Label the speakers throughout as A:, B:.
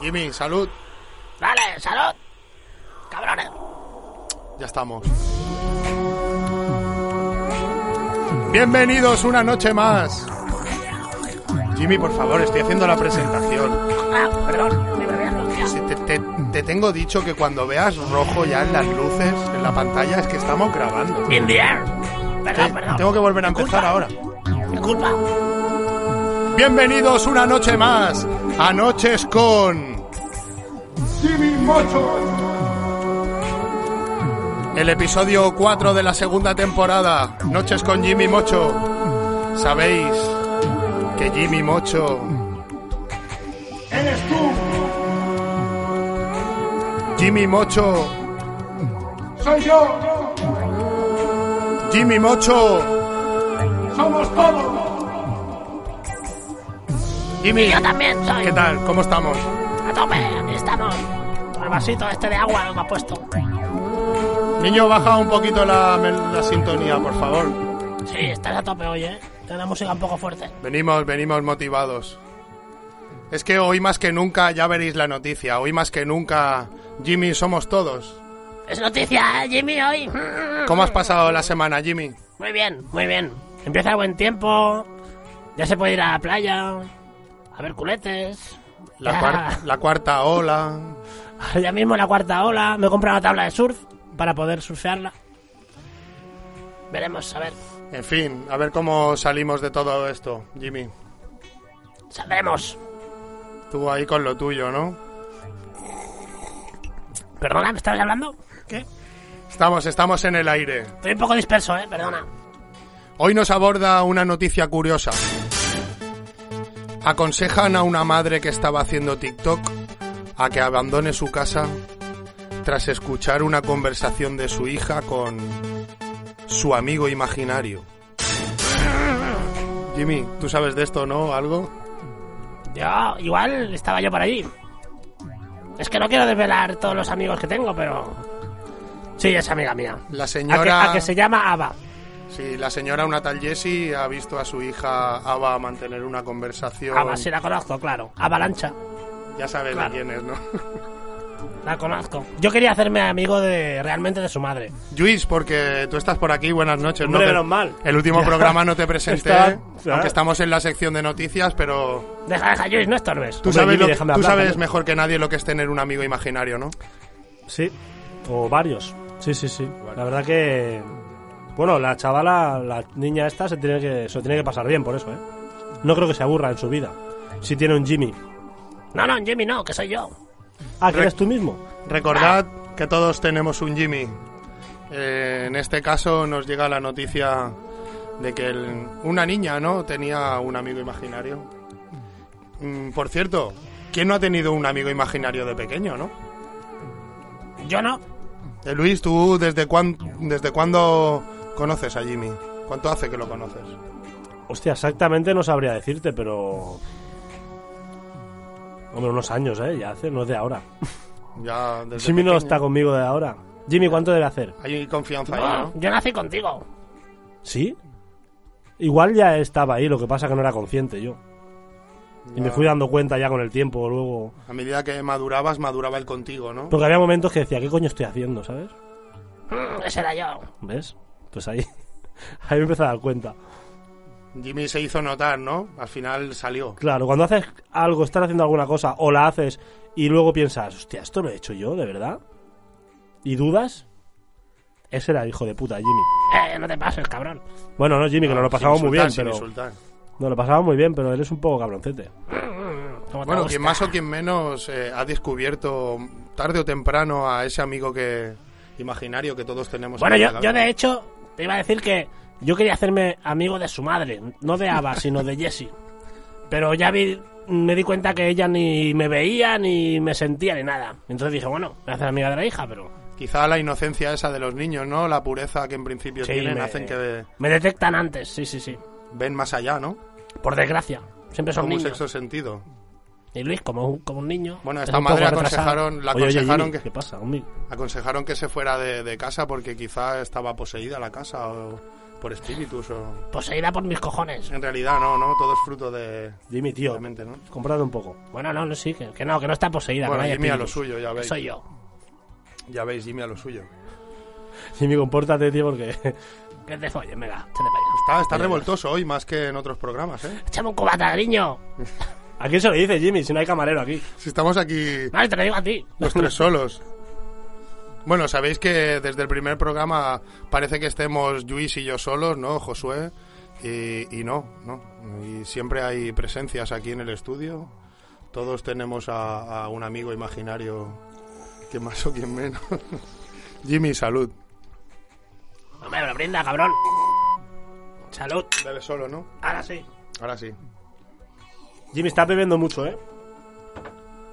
A: Jimmy, salud.
B: Vale, salud. Cabrones.
A: Ya estamos. Bienvenidos una noche más. Jimmy, por favor, estoy haciendo la presentación.
B: Ah, perdón, me bebé
A: Si te, te- te tengo dicho que cuando veas rojo ya en las luces, en la pantalla, es que estamos grabando.
B: In the air.
A: Te-
B: Perdón, perdón.
A: tengo que volver a empezar
B: Disculpa.
A: ahora.
B: Disculpa.
A: Bienvenidos una noche más a Noches con Jimmy Mocho. El episodio 4 de la segunda temporada, Noches con Jimmy Mocho. Sabéis que Jimmy Mocho eres tú. Jimmy Mocho soy yo. Jimmy Mocho somos todos. Jimmy,
B: Y yo también soy.
A: ¿Qué tal? ¿Cómo estamos?
B: A tope, aquí estamos. Con El vasito este de agua que me ha puesto.
A: Niño, baja un poquito la, la sintonía, por favor.
B: Sí, estás a tope hoy, ¿eh? Tiene la música un poco fuerte.
A: Venimos, venimos motivados. Es que hoy más que nunca, ya veréis la noticia, hoy más que nunca, Jimmy, somos todos.
B: Es noticia, ¿eh, Jimmy, hoy.
A: ¿Cómo has pasado la semana, Jimmy?
B: Muy bien, muy bien. Empieza el buen tiempo. Ya se puede ir a la playa. A ver culetes.
A: La,
B: Ya.
A: cuar- la cuarta ola.
B: Ya mismo la cuarta ola. Me he comprado una tabla de surf para poder surfearla. Veremos, a ver.
A: En fin, a ver cómo salimos de todo esto, Jimmy.
B: Saldremos.
A: Tú ahí con lo tuyo, ¿no?
B: Perdona, ¿me estabas hablando? ¿Qué?
A: Estamos, estamos en el aire.
B: Estoy un poco disperso, eh, perdona.
A: Hoy nos aborda una noticia curiosa. Aconsejan a una madre que estaba haciendo TikTok a que abandone su casa tras escuchar una conversación de su hija con su amigo imaginario. Jimmy, ¿tú sabes de esto, no? ¿Algo?
B: Yo, igual estaba yo por allí. Es que no quiero desvelar todos los amigos que tengo, pero. Sí, es amiga mía.
A: La
B: A que,
A: señora...
B: a que se llama Ava.
A: Sí, la señora, una tal Jessie, ha visto a su hija Ava mantener una conversación...
B: Ava, sí la conozco, claro. Avalancha,
A: Ya sabes
B: Claro.
A: de quién es, ¿no?
B: la conozco. Yo quería hacerme amigo de realmente de su madre.
A: Luis, porque tú estás por aquí, buenas noches.
C: Hombre,
A: Que-
C: menos mal.
A: El último
C: Ya.
A: programa no te presenté,
C: Está-
A: aunque
C: ya.
A: estamos en la sección de noticias, pero
B: Deja, deja, Luis, no estorbes.
A: tú
C: Hombre,
A: sabes,
C: Jimmy,
A: lo que-
C: déjame
A: tú
C: hablar,
A: sabes
C: coño.
A: mejor que nadie lo que es tener un amigo imaginario, ¿no?
C: Sí, o varios. Sí, sí, sí. La verdad que. Bueno, la chavala, la niña esta, se, tiene que, se lo tiene que pasar bien por eso, ¿eh? No creo que se aburra en su vida. Si tiene un Jimmy.
B: No, no, Jimmy, no, que soy yo.
C: Ah, que
A: Re-
C: eres tú mismo.
A: Recordad que todos tenemos un Jimmy. Eh, en este caso nos llega la noticia de que el- una niña, ¿no? Tenía un amigo imaginario. Mm, por cierto, ¿quién no ha tenido un amigo imaginario de pequeño, no?
B: Yo no.
A: Eh, Luis, ¿tú desde, cuán, desde cuándo conoces a Jimmy? ¿Cuánto hace que lo conoces?
C: Hostia, exactamente no sabría decirte, pero. Hombre, unos años, ¿eh? Ya hace, no es de ahora.
A: Ya desde
C: Jimmy no
A: pequeño.
C: está conmigo de ahora. Jimmy, ¿cuánto debe hacer?
A: Hay confianza ahí,
B: No,
A: ¿no?
B: yo nací contigo.
C: ¿Sí? Igual ya estaba ahí, lo que pasa que no era consciente yo. Y me
A: Ya.
C: fui dando cuenta ya con el tiempo, luego.
A: A medida que madurabas, maduraba el contigo, ¿no?
C: Porque había momentos que decía, ¿qué coño estoy haciendo? ¿Sabes?
B: Mm, ese era yo.
C: ¿Ves? Pues ahí, ahí me empecé a dar cuenta.
A: Jimmy se hizo notar, ¿no? Al final salió.
C: Claro, cuando haces algo, estás haciendo alguna cosa o la haces y luego piensas, hostia, esto lo he hecho yo, de verdad. Y dudas, ese era el hijo de puta, Jimmy.
B: Eh, no te pases, cabrón.
C: Bueno, no, Jimmy, que nos lo
A: Ah, Sin
C: pasamos muy
A: insultar,
C: bien,
A: sin
C: pero.
A: insultar.
C: No, lo pasamos muy bien, pero eres un poco cabroncete.
B: Como te
A: Bueno,
B: gusta.
A: quien más o quien menos eh, ha descubierto tarde o temprano a ese amigo que imaginario que todos tenemos.
B: Bueno,
A: en la
B: yo, yo
A: cabeza.
B: de hecho te iba a decir que yo quería hacerme amigo de su madre, no de Ava, sino de Jessie. Pero ya vi,
C: mm,
B: me di cuenta que ella ni me veía, ni me sentía, ni nada. Entonces dije, bueno, me hace amiga de la hija, pero
A: Quizá la inocencia esa de los niños, ¿no? La pureza que en principio
B: Sí,
A: tienen
B: me-
A: hacen que
B: me detectan antes, sí, sí, sí.
A: ven más allá, ¿no?
B: Por desgracia, siempre son
A: Como un
B: niños.
A: sexto sentido.
B: Y Luis, como un, como un niño.
A: Bueno, a
B: es
A: esta
B: un poco
A: madre
B: retrasado.
A: aconsejaron- la
B: Oye, oye,
A: aconsejaron
B: Jimmy,
A: que-
B: ¿Qué pasa, hombre?
A: Aconsejaron que se fuera de, de casa porque quizá estaba poseída la casa o por espíritus o...
B: Poseída por mis cojones.
A: En realidad no, no, todo es fruto de...
C: Jimmy, tío,
A: la mente, ¿no?
C: comprad un poco.
B: Bueno, no, no, sí, que, que no, que no está poseída.
A: Bueno,
B: que no hay
A: Jimmy a lo
B: espíritus.
A: suyo, ya
B: Que
A: veis.
B: Soy yo.
A: Ya veis, Jimmy a lo suyo.
C: Jimmy, compórtate, tío, porque...
B: Que te follen, venga, échate para
A: Está,
B: allá.
A: está revoltoso hoy más que en otros programas, ¿eh?
B: Échame un cubata, niño.
C: ¿A quién se lo dice, Jimmy, si no hay camarero aquí?
A: Si estamos aquí
B: Vale, te lo digo a ti.
A: los tres solos. Bueno, sabéis que desde el primer programa parece que estemos Luis y yo solos, ¿no? Josué. Y, y no, no. Y siempre hay presencias aquí en el estudio. Todos tenemos a, a un amigo imaginario, que más o quien menos. Jimmy, salud.
B: Hombre, me lo brinda, cabrón. Salud.
A: Dale solo, ¿no?
B: Ahora sí.
A: Ahora sí.
C: Jimmy, estás bebiendo mucho, ¿eh?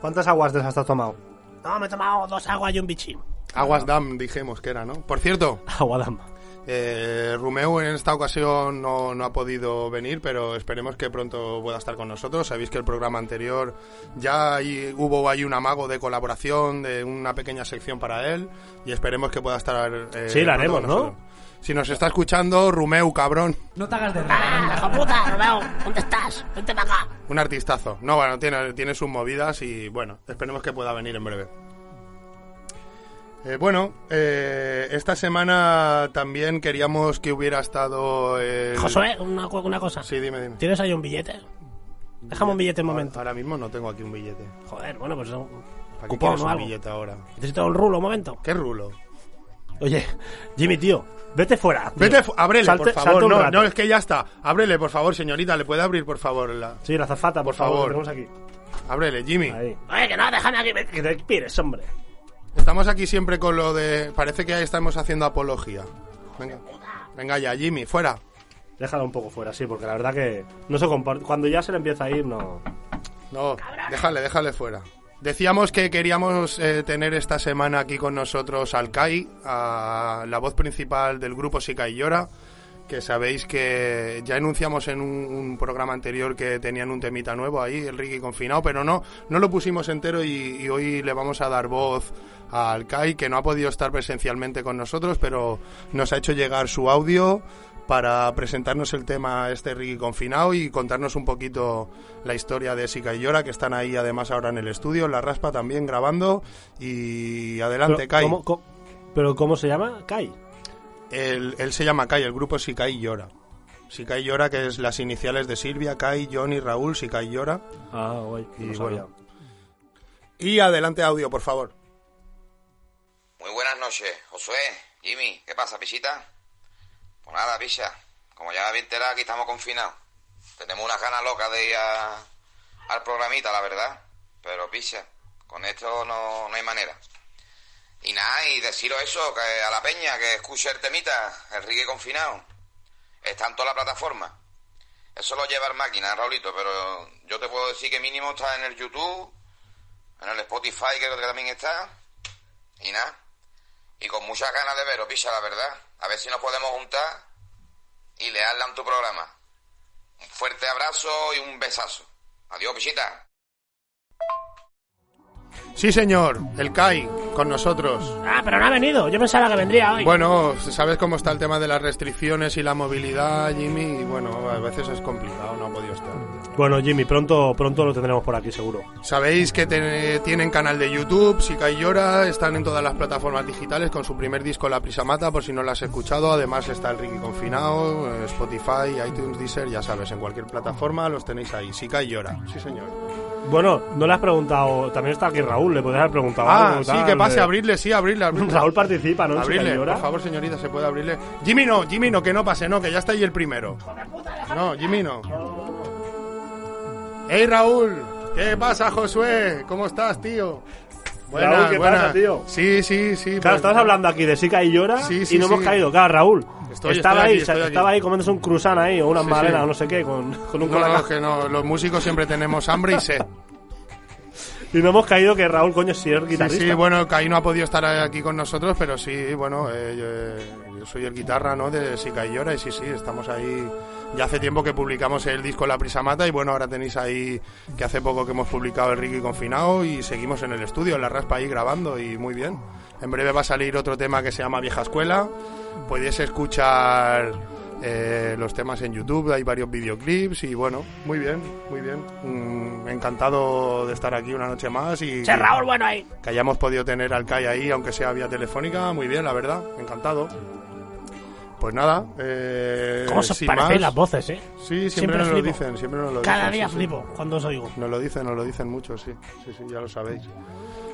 C: ¿Cuántas aguas de esas has tomado?
B: No, me he tomado dos aguas y un bichín.
A: Aguas Dam, dijimos que era, ¿no? Por cierto,
C: Aguadama.
A: Eh, Rumeu en esta ocasión no, no ha podido venir, pero esperemos que pronto pueda estar con nosotros. Sabéis que el programa anterior ya ahí hubo ahí un amago de colaboración, de una pequeña sección para él, y esperemos que pueda estar. eh,
C: Sí, la
A: pronto con
C: haremos, ¿no?
A: nosotros. Si nos está escuchando, Rumeu, cabrón,
D: No te hagas de
B: ¡Ah, hijo puta, Romeo! ¿Dónde estás? Vente para acá.
A: un artistazo. No, bueno, tiene, tiene sus movidas y bueno, esperemos que pueda venir en breve. Eh, bueno, eh, esta semana también queríamos que hubiera estado. el-
B: Josué, una, cu- una cosa.
A: Sí, dime, dime.
B: ¿Tienes ahí un billete? Déjame un billete un momento.
A: Ahora mismo no tengo aquí un billete.
B: Joder, bueno, pues un
A: ¿Para qué
B: cupón
A: quieres
B: o
A: un
B: algo.
A: billete ahora?
B: Necesito un rulo un momento.
A: ¿Qué rulo?
C: Oye, Jimmy, tío, vete fuera. tío.
A: Vete, fu- ábrele,
C: Salte-
A: por favor.
C: salta un
A: No,
C: rato.
A: no, es que ya está. Ábrele, por favor, señorita. ¿Le puede abrir, por favor? La...
C: Sí, la zafata,
A: Por
C: por, favor.
A: favor.
C: que tenemos
A: Ábrele, Jimmy.
C: aquí. Ahí.
B: Oye, que no, déjame aquí.
C: Que te pires, hombre.
A: Estamos aquí siempre con lo de... Parece que ahí estamos haciendo apología. Venga, Venga ya, Jimmy, fuera.
C: Déjalo un poco fuera, sí, porque la verdad que no se comporta. Cuando ya se le empieza a ir, no.
A: No, déjale, déjale fuera. Decíamos que queríamos eh, tener esta semana aquí con nosotros al Kai, a la voz principal del grupo Sica y Llora, que sabéis que ya enunciamos en un, un programa anterior que tenían un temita nuevo ahí, el Ricky confinado, pero no, no lo pusimos entero y, y hoy le vamos a dar voz al Kai, que no ha podido estar presencialmente con nosotros, pero nos ha hecho llegar su audio para presentarnos el tema este Ricky confinado y contarnos un poquito la historia de Sica y Llora, que están ahí además ahora en el estudio, en la raspa también grabando. Y adelante,
C: Pero,
A: Kai.
C: ¿cómo, cómo- pero ¿cómo se llama? Kai.
A: Él, él se llama Kai, el grupo Sica y Llora. Sica y Llora, que es las iniciales de Silvia, Kai, Johnny, Raúl, Sica y Llora.
C: Ah, guay.
A: Y
C: no sabía.
A: bueno. Y adelante, audio, por favor.
E: Muy buenas noches, Josué, Jimmy, ¿qué pasa, pichita? Pues nada, picha, como ya bien te aquí estamos confinados. Tenemos unas ganas locas de ir a- al programita, la verdad. Pero, picha, con esto no, no hay manera. Y nada, y deciros eso, que a la peña, que escuche el temita, el Rigue confinado. Está en toda la plataforma. Eso lo lleva el máquina, Raulito, pero yo te puedo decir que mínimo está en el YouTube, en el Spotify, creo que también está. Y nada. Y con muchas ganas de veros, Picha, la verdad. A ver si nos podemos juntar y le hablan tu programa. Un fuerte abrazo y un besazo. Adiós, Pichita.
A: Sí, señor, el Kai, con nosotros.
B: Ah, pero no ha venido. Yo pensaba que vendría hoy.
A: Bueno, sabes cómo está el tema de las restricciones y la movilidad, Jimmy, y bueno, a veces es complicado, no ha podido estar.
C: Bueno, Jimmy, pronto, pronto lo tendremos por aquí, seguro.
A: Sabéis que te- tienen canal de YouTube, Sica y Llora, están en todas las plataformas digitales con su primer disco La Prisa Mata, por si no lo has escuchado. Además está el Ricky Confinado, eh, Spotify, iTunes, Deezer, ya sabes, en cualquier plataforma los tenéis ahí. Sica y Llora. Sí, señor.
C: Bueno, no le has preguntado. También está aquí Raúl, le podrías haber preguntado.
A: Ah,
C: algo,
A: sí,
C: tal,
A: que pase,
C: de-
A: abrirle, sí, abrirle, abrirle.
C: Raúl participa, ¿no? En
A: Abrirle,
C: Chica Llora.
A: por favor, señorita, se puede abrirle. Jimmy no, Jimmy no, que no pase, no, que ya está ahí el primero. No, Jimmy no. Hey Raúl, ¿qué pasa, Josué? ¿Cómo estás, tío?
C: Raúl, ¿qué pasa, tío?
A: Sí, sí, sí.
C: Claro,
A: pues-
C: estamos hablando aquí de Sica y Llora
A: Sí, sí,
C: y no
A: sí.
C: hemos caído. Claro, Raúl.
A: Estoy-
C: estaba
A: estoy
C: ahí,
A: aquí, estoy aquí.
C: estaba ahí comiéndose un cruzán ahí o una
A: Sí, sí.
C: madera o no sé qué con, con un
A: No, no,
C: colacao.
A: es que no, los músicos siempre tenemos hambre y sed.
C: Y no hemos caído que Raúl, coño, si es
A: Sí,
C: guitarrista.
A: sí, bueno, Kai no ha podido estar aquí con nosotros, pero sí, bueno, eh, yo, eh, yo soy el guitarra, ¿no? De Sica y Llora, y sí, sí, estamos ahí Ya hace tiempo que publicamos el disco La Prisa Mata y bueno, ahora tenéis ahí que hace poco que hemos publicado El Ricky Confinado y seguimos en el estudio, en la raspa ahí grabando y muy bien. En breve va a salir otro tema que se llama Vieja Escuela. Podéis escuchar eh, los temas en YouTube, hay varios videoclips y bueno, muy bien, muy bien. Mm, encantado de estar aquí una noche más y
B: Che, Raúl, bueno ahí.
A: que hayamos podido tener al CAI ahí, aunque sea vía telefónica, muy bien, la verdad, encantado. Pues nada, eh,
B: ¿Cómo se
A: sin
B: parecen
A: más.
B: las voces, eh?
A: Sí, siempre,
B: Siempre
A: nos lo
B: flipo.
A: dicen, siempre nos lo
B: Cada
A: dicen.
B: día
A: sí, sí.
B: flipo cuando os oigo.
A: Nos lo dicen, nos lo dicen mucho, sí, sí, sí, ya lo sabéis.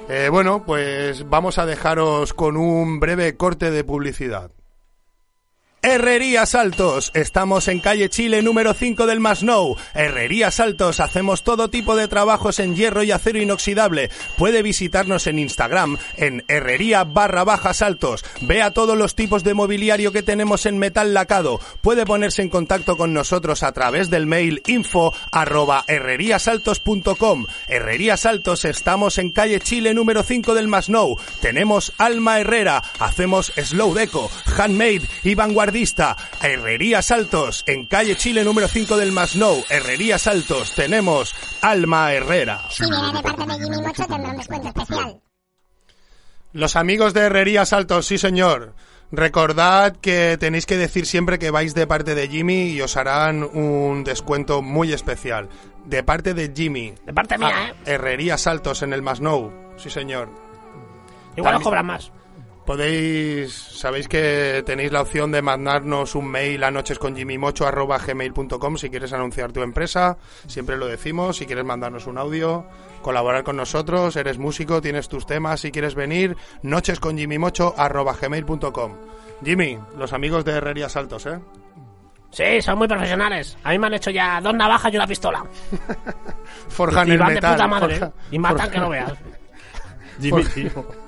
A: Eh, bueno, pues vamos a dejaros con un breve corte de publicidad. Herrerías Altos. Estamos en calle Chile número 5 del Masnou. Herrerías Altos. Hacemos todo tipo de trabajos en hierro y acero inoxidable. Puede visitarnos en Instagram en herrería barra bajas altos. Vea todos los tipos de mobiliario que tenemos en metal lacado. Puede ponerse en contacto con nosotros a través del mail info arroba herreríasaltos.com. Herrerías Altos. Estamos en calle Chile número 5 del Masnou. Tenemos Alma Herrera. Hacemos slow deco, handmade y vanguardista. Herrerías Altos, en calle Chile número 5 del Masnou. Herrerías Altos, tenemos Alma Herrera.
D: Si viene de parte de Jimmy Mocho tendrá un descuento especial.
A: Los amigos de Herrerías Altos, sí señor. Recordad que tenéis que decir siempre que vais de parte de Jimmy y os harán un descuento muy especial. De parte de Jimmy.
B: De parte mía,
A: Ah,
B: eh.
A: Herrerías Altos en el Masnou. Sí señor. también-
B: Igual os cobran más.
A: Podéis, sabéis que tenéis la opción de mandarnos un mail a nochesconjimimocho.gmail.com si quieres anunciar tu empresa, siempre lo decimos, si quieres mandarnos un audio, colaborar con nosotros, eres músico, tienes tus temas, si quieres venir, nochesconjimimocho.gmail.com Jimmy, los amigos de Herrerías Altos, ¿eh?
B: Sí, son muy profesionales. A mí me han hecho ya dos navajas y una pistola.
A: Forjan
B: Y
A: el
B: van de
A: metal.
B: puta madre. ¿eh?
A: forja-
B: Y matan
A: forja-
B: que no veas.
C: Jimmy, tío.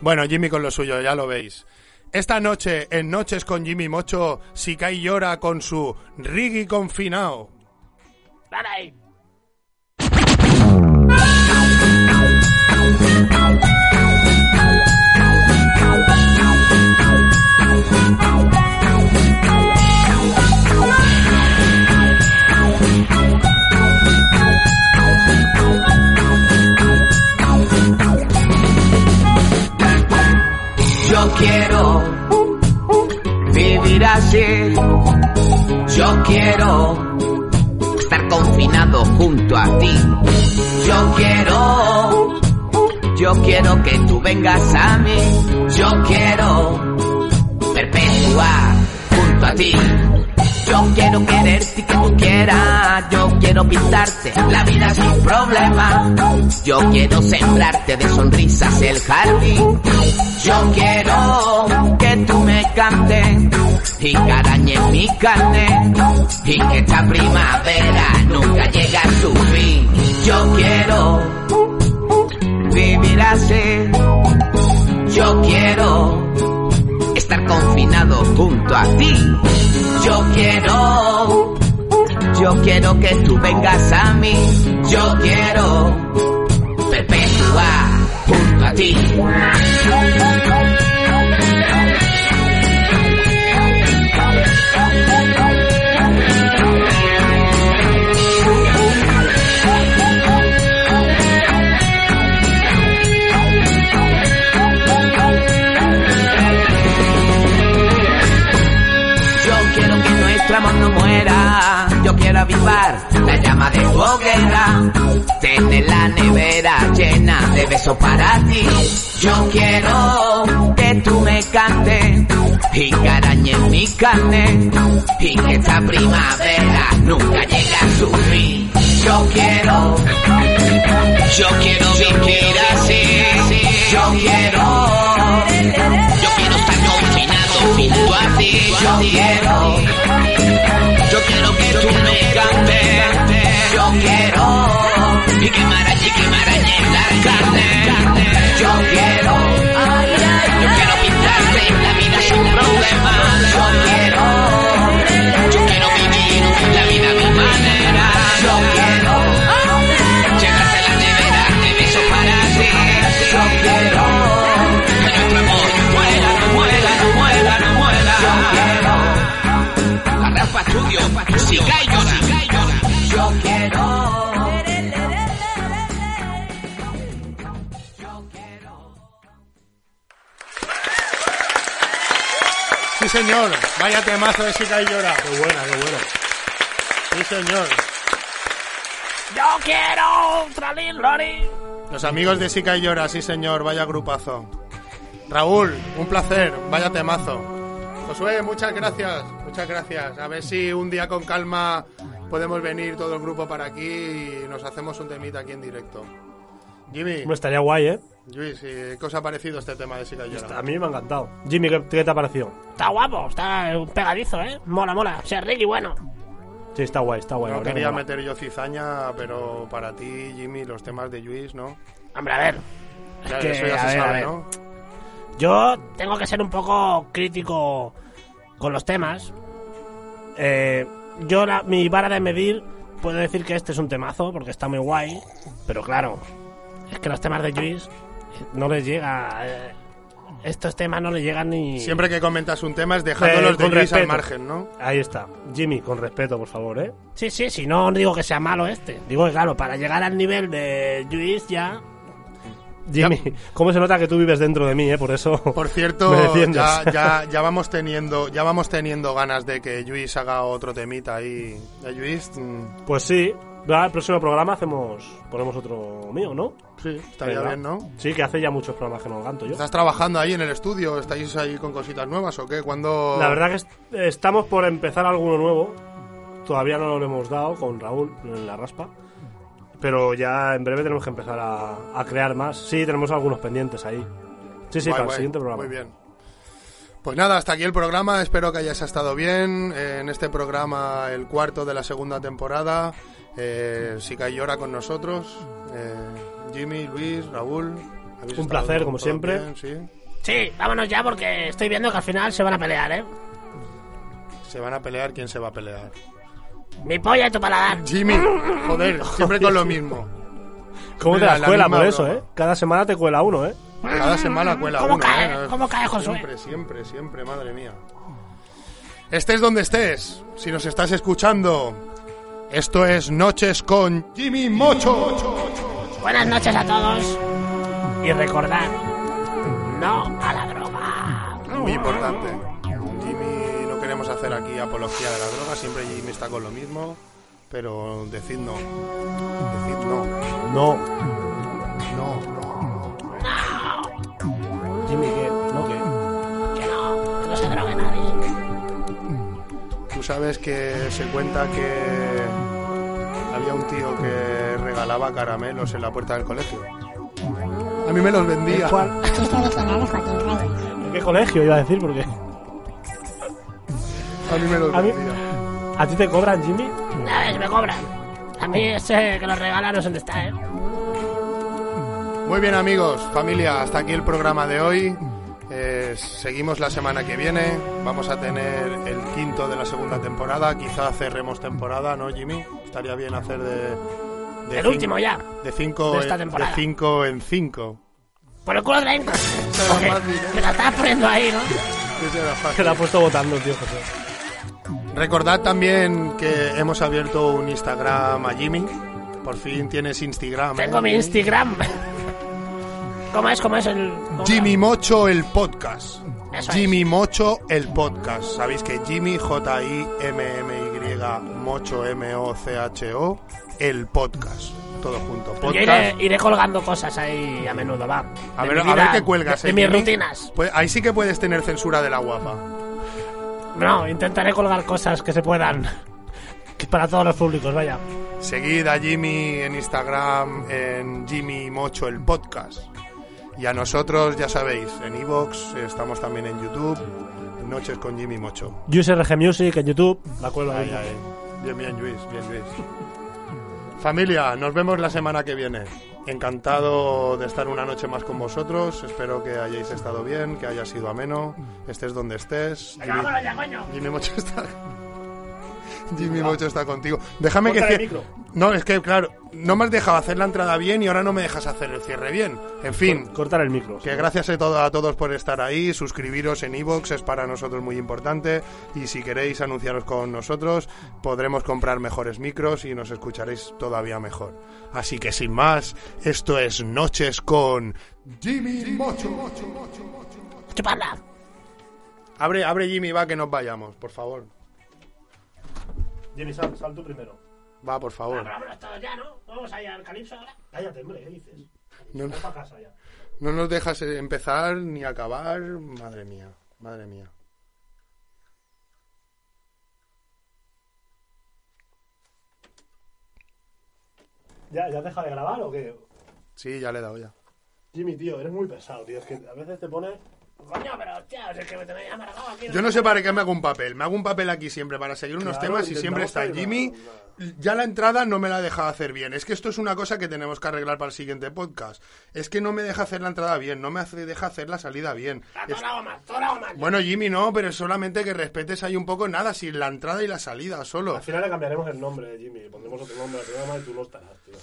A: Bueno, Jimmy con lo suyo, ya lo veis. Esta noche, en Noches con Jimmy Mocho, Sikai llora con su Riggy Confinao.
B: Dale ahí.
F: Yo quiero vivir así. Yo quiero estar confinado junto a ti. Yo quiero, yo quiero que tú vengas a mí. Yo quiero perpetuar junto a ti. Yo quiero quererte y que tú quieras. Yo quiero pintarte la vida sin problema. Yo quiero sembrarte de sonrisas el jardín. Yo quiero que tú me cantes y que arañes mi carne y que esta primavera nunca llegue a su fin. Yo quiero vivir así. Yo quiero estar confinado junto a ti. Yo quiero, yo quiero que tú vengas a mí. Yo quiero perpetuar junto a ti. Yo quiero que nuestro amor no muera. Yo quiero avivar la llama de tu hoguera. Tener la nevera llena de besos para ti. Yo quiero que tú me cantes y que arañes mi carne. Y que esta primavera nunca llegue a su fin. Yo quiero, yo quiero vivir así. Yo quiero. Yo quiero estar confinado junto a ti. Yo quiero. Yo quiero que tú me cantes. Yo quiero. Y que marañe, que marañe la carne. Yo quiero. Yo quiero pintarte la vida sin problema. Yo quiero. Yo quiero vivir la vida a mi manera. Yo quiero. Llegarse a la nevera, te beso para ti. Yo quiero. Que nuestro amor muera, no muera, no muera, no muera. Yo quiero. Si cae llora, yo quiero.
A: Sí, señor. Vaya temazo de Sica y llora.
C: Qué buena, qué buena.
A: Sí, señor.
B: Yo quiero Tralín Lori.
A: Los amigos de Sica y llora, sí, señor. Vaya grupazo. Raúl, un placer. Vaya temazo. Josué, muchas gracias. Muchas gracias. A ver si un día con calma podemos venir todo el grupo para aquí y nos hacemos un temita aquí en directo. Jimmy,
C: Hombre, estaría guay, ¿eh?
A: Luis, ¿y ¿qué os ha parecido este tema de Sica y
C: A
A: llora?
C: mí me ha encantado. Jimmy, ¿qué, qué te ha parecido?
B: Está guapo, está eh, pegadizo, ¿eh? Mola, mola. O sea, Ricky, bueno.
C: Sí, está guay, está guay. la
A: No
C: verdad
A: quería
C: que mola.
A: meter yo cizaña, pero para ti, Jimmy, los temas de Luis, ¿no?
B: Hombre, a ver. Es
A: Ya,
B: que,
A: eso ya
B: a
A: se
B: ver, a
A: sabe,
B: ver.
A: ¿no?
B: Yo tengo que ser un poco crítico con los temas. Eh, yo, la- mi vara de medir, puedo decir que este es un temazo porque está muy guay. Pero claro, es que los temas de Juice eh, no les llega. eh, estos temas no les llegan ni.
A: Siempre que comentas un tema es dejándolos
C: Eh,
A: de
C: con
A: Luis al
C: respeto.
A: margen, ¿no?
C: Ahí está. Jimmy, con respeto, por favor, ¿eh?
B: Sí, sí, sí, no digo que sea malo este. Digo que, claro, para llegar al nivel de Juice ya.
C: Jimmy, ¿cómo se nota que tú vives dentro de mí, eh? Por eso.
A: Por cierto,
C: Me defiendes.
A: ya, ya, ya vamos teniendo, ya vamos teniendo ganas de que Luis haga otro temita ahí. Eh, Luis, mm,
C: Pues sí. va, El próximo programa hacemos. Ponemos otro mío, ¿no?
A: sí, estaría
C: Venga.
A: bien, ¿no?
C: Sí, que hace ya muchos programas que no canto yo.
A: ¿Estás trabajando ahí en el estudio? ¿Estáis ahí con cositas nuevas o qué? Cuando
C: La verdad que est- estamos por empezar alguno nuevo. Todavía no lo hemos dado con Raúl en la raspa. Pero ya en breve tenemos que empezar a, a crear más. Sí, tenemos algunos pendientes ahí. Sí, sí, para el siguiente programa.
A: Muy bien. Pues nada, hasta aquí el programa. Espero que hayas estado bien. Eh, En este programa, el cuarto de la segunda temporada. Eh, Sica y llora con nosotros. Eh, Jimmy, Luis, Raúl. ¿habéis
C: Un
A: estado
C: placer,
A: todo-
C: como
A: todo
C: siempre.
A: bien? Sí.
B: Sí, vámonos ya porque estoy viendo que al final se van a pelear, ¿eh?
A: Se van a pelear. ¿Quién se va a pelear?
B: Mi polla y tu paladar.
A: Jimmy, joder, siempre con lo mismo.
C: ¿Cómo te
A: Mira,
C: la
A: la
C: cuela
A: misma
C: por eso,
A: broma.
C: eh? Cada semana te cuela uno, eh.
A: Cada semana cuela
B: ¿Cómo
A: uno.
B: cae?
A: ¿eh?
B: ¿Cómo cae, Josué?
A: Siempre, siempre, siempre, madre mía. Estés donde estés, si nos estás escuchando, esto es Noches con Jimmy Mocho.
B: Buenas noches a todos. Y recordad, no a la droga.
A: Muy importante. Jimmy, no queremos hacer aquí apología de la droga, siempre Jimmy está con lo mismo, pero decid no. Decid no.
C: No.
A: No, no.
C: Jimmy, ¿qué? No, ¿qué?
B: Que no, que no se drogue nadie.
A: Tú sabes que se cuenta que había un tío que regalaba caramelos en la puerta del colegio. A mí me los vendía.
D: Chiste de quién eres, Joaquín Reyes.
C: ¿En qué colegio iba a decir? Porque
A: A mí me los
C: A mí-
A: vendía.
C: a ti te cobran, Jimmy.
B: A ver, me cobran. A mí ese que lo regala no sé dónde está, ¿eh?
A: Muy bien amigos, familia, hasta aquí el programa de hoy. Eh, seguimos la semana que viene. Vamos a tener el quinto de la segunda temporada. Quizá cerremos temporada, ¿no, Jimmy? Estaría bien hacer de... de
B: El
A: cin-
B: último ya.
A: De 5
B: de esta temporada.
A: en 5.
B: Por el culo de la Inca.
A: lo
B: Porque
A: más directo.
B: Te la estás poniendo ahí, ¿no?
C: Que la ha puesto votando, tío, José.
A: Recordad también que hemos abierto un Instagram a Jimmy. Por fin tienes Instagram. ¿eh?
B: Tengo mi Instagram. ¿Cómo es? ¿Cómo es el...? cómo
A: Jimmy Mocho el podcast.
B: Eso es.
A: Jimmy Mocho el podcast. Sabéis que Jimmy J I M M Y Mocho M O C H O el podcast. Todo junto.
B: era? Yo
A: Podcast.
B: iré, iré colgando cosas ahí a menudo, va.
A: A
B: De
A: ver,
B: mi
A: a
B: vida,
A: ver qué cuelgas.
B: De,
A: ¿eh,
B: de mis
A: Jimmy?
B: rutinas.
A: Pues ahí sí que puedes tener censura de la guapa.
B: No, intentaré colgar cosas que se puedan. Que para todos los públicos, vaya.
A: Seguid a Jimmy en Instagram en Jimmy Mocho el podcast. Y a nosotros, ya sabéis, en Evox, estamos también en YouTube, Noches con Jimmy Mocho.
C: USRG Music en YouTube. La cuelga.
A: Ahí, ahí. Bien, bien, Luis, bien, Luis. Familia, nos vemos la semana que viene. Encantado de estar una noche más con vosotros. Espero que hayáis estado bien, que haya sido ameno. Estés donde estés. Jimmy,
B: Vámonos ya, coño.
A: Jimmy Mocho está. Jimmy Mocho está contigo. Déjame que
C: Corta el
A: cierre-
C: micro.
A: No, es que claro, no me has dejado hacer la entrada bien y ahora no me dejas hacer el cierre bien. En fin,
C: Cortar el micro.
A: que gracias a, todo- a todos por estar ahí, suscribiros en iVoox es para nosotros muy importante y si queréis anunciaros con nosotros podremos comprar mejores micros y nos escucharéis todavía mejor. Así que sin más, esto es Noches con Jimmy Mocho.
B: ¡Chupadla!
A: Abre, abre Jimmy, va que nos vayamos, por favor.
C: Jimmy, sal, sal tú primero.
A: Va, por favor.
B: Vámonos todos ya, ¿no? Vamos allá al calipso ahora.
C: Cállate, hombre, ¿qué dices?
A: No, no.
C: Ven pa' casa ya.
A: No nos dejas eh, empezar ni acabar. Madre mía, madre mía.
C: ¿Ya, ¿Ya has dejado de grabar o qué?
A: Sí, ya le he dado ya.
C: Jimmy, tío, eres muy pesado, tío. Es que a veces te pones...
B: Coño, pero hostia, es que me tenéis amargado aquí.
A: Yo no sé para qué me hago un papel. Me hago un papel aquí siempre para seguir unos
C: Claro,
A: temas y siempre está
C: intentamos
A: Jimmy. Ya la entrada no me la deja hacer bien. Es que esto es una cosa que tenemos que arreglar para el siguiente podcast. Es que no me deja hacer la entrada bien, no me hace, deja hacer la salida bien.
B: Está
A: Es-
B: todo la goma, todo la goma.
A: Bueno, Jimmy, no, pero solamente que respetes ahí un poco nada, si la entrada y la salida solo.
C: Al final le cambiaremos el nombre, Jimmy. Le pondremos otro nombre al programa y tú no estarás, tío.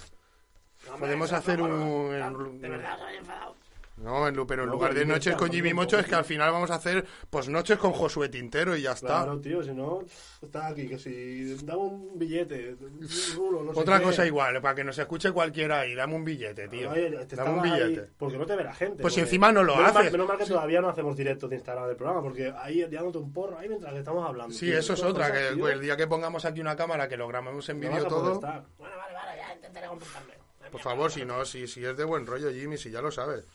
A: Podemos hacer un...
B: De verdad, soy enfadado.
A: No, en lu- pero en
C: No,
A: lugar
C: pero
A: de
C: Jimmy
A: noches
C: está
A: con Jimmy
C: también,
A: Mocho es que
C: pobre.
A: al final vamos a hacer pues noches con Josué Tintero y ya está.
C: Claro, tío, si no, está aquí, que si dame un billete, un rulo, no sé
A: Otra
C: qué.
A: cosa igual, para que nos escuche cualquiera ahí, dame un billete, tío.
C: Oye, te
A: dame un
C: estabas ahí
A: billete.
C: porque no te ve la gente.
A: Pues si
C: porque-
A: encima no lo
C: menos mal-
A: haces.
C: menos mal que todavía no hacemos directos de Instagram del programa, porque ahí dándote un porro ahí mientras que estamos hablando.
A: Sí,
C: tío.
A: eso es
C: Estas
A: otra,
C: cosas,
A: que pues,
C: tío,
A: el día que pongamos aquí una cámara que lo grabemos en
C: no vas
A: vídeo
C: a poder
A: todo.
C: estar.
B: Bueno, vale, vale, ya intentaré comportarme.
A: Por favor, si no, si, si es de buen rollo, Jimmy, si ya lo sabes.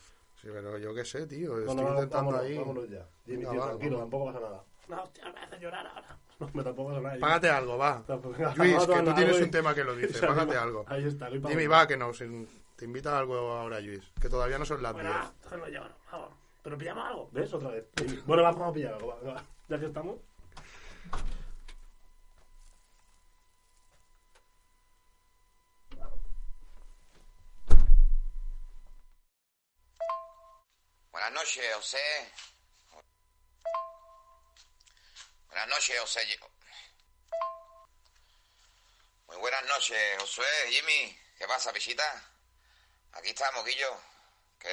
A: Sí, pero yo qué sé, tío, estoy
C: Bueno, vamos,
A: intentando
C: vámonos,
A: ahí.
C: vámonos ya. Jimmy,
A: Venga,
C: tío,
A: va,
C: tranquilo,
A: vamos.
C: tampoco pasa nada.
B: No, hostia, me hace llorar ahora.
C: No, me tampoco pasa nada. Jimmy.
A: Págate algo, va.
C: Tampoco- Vamos a
A: Luis, que
C: tomar
A: tú
C: nada,
A: tienes
C: güey.
A: un tema que lo
C: O
A: dice,
C: sea,
A: págate algo.
C: Ahí está, Luis,
A: Jimmy,
C: vamos.
A: va, que nos, te invita a algo ahora, Luis, que todavía no son las 10.
B: Bueno, va, entonces no llevo, vamos. ¿Pero pillamos algo?
C: ¿Ves? Otra vez. Bueno, vamos a pillar algo. va, va. Ya que estamos.
E: Buenas noches, José. Buenas noches, José. Muy buenas noches, José, Jimmy. ¿Qué pasa, pichita? Aquí estamos, Guillo. Que...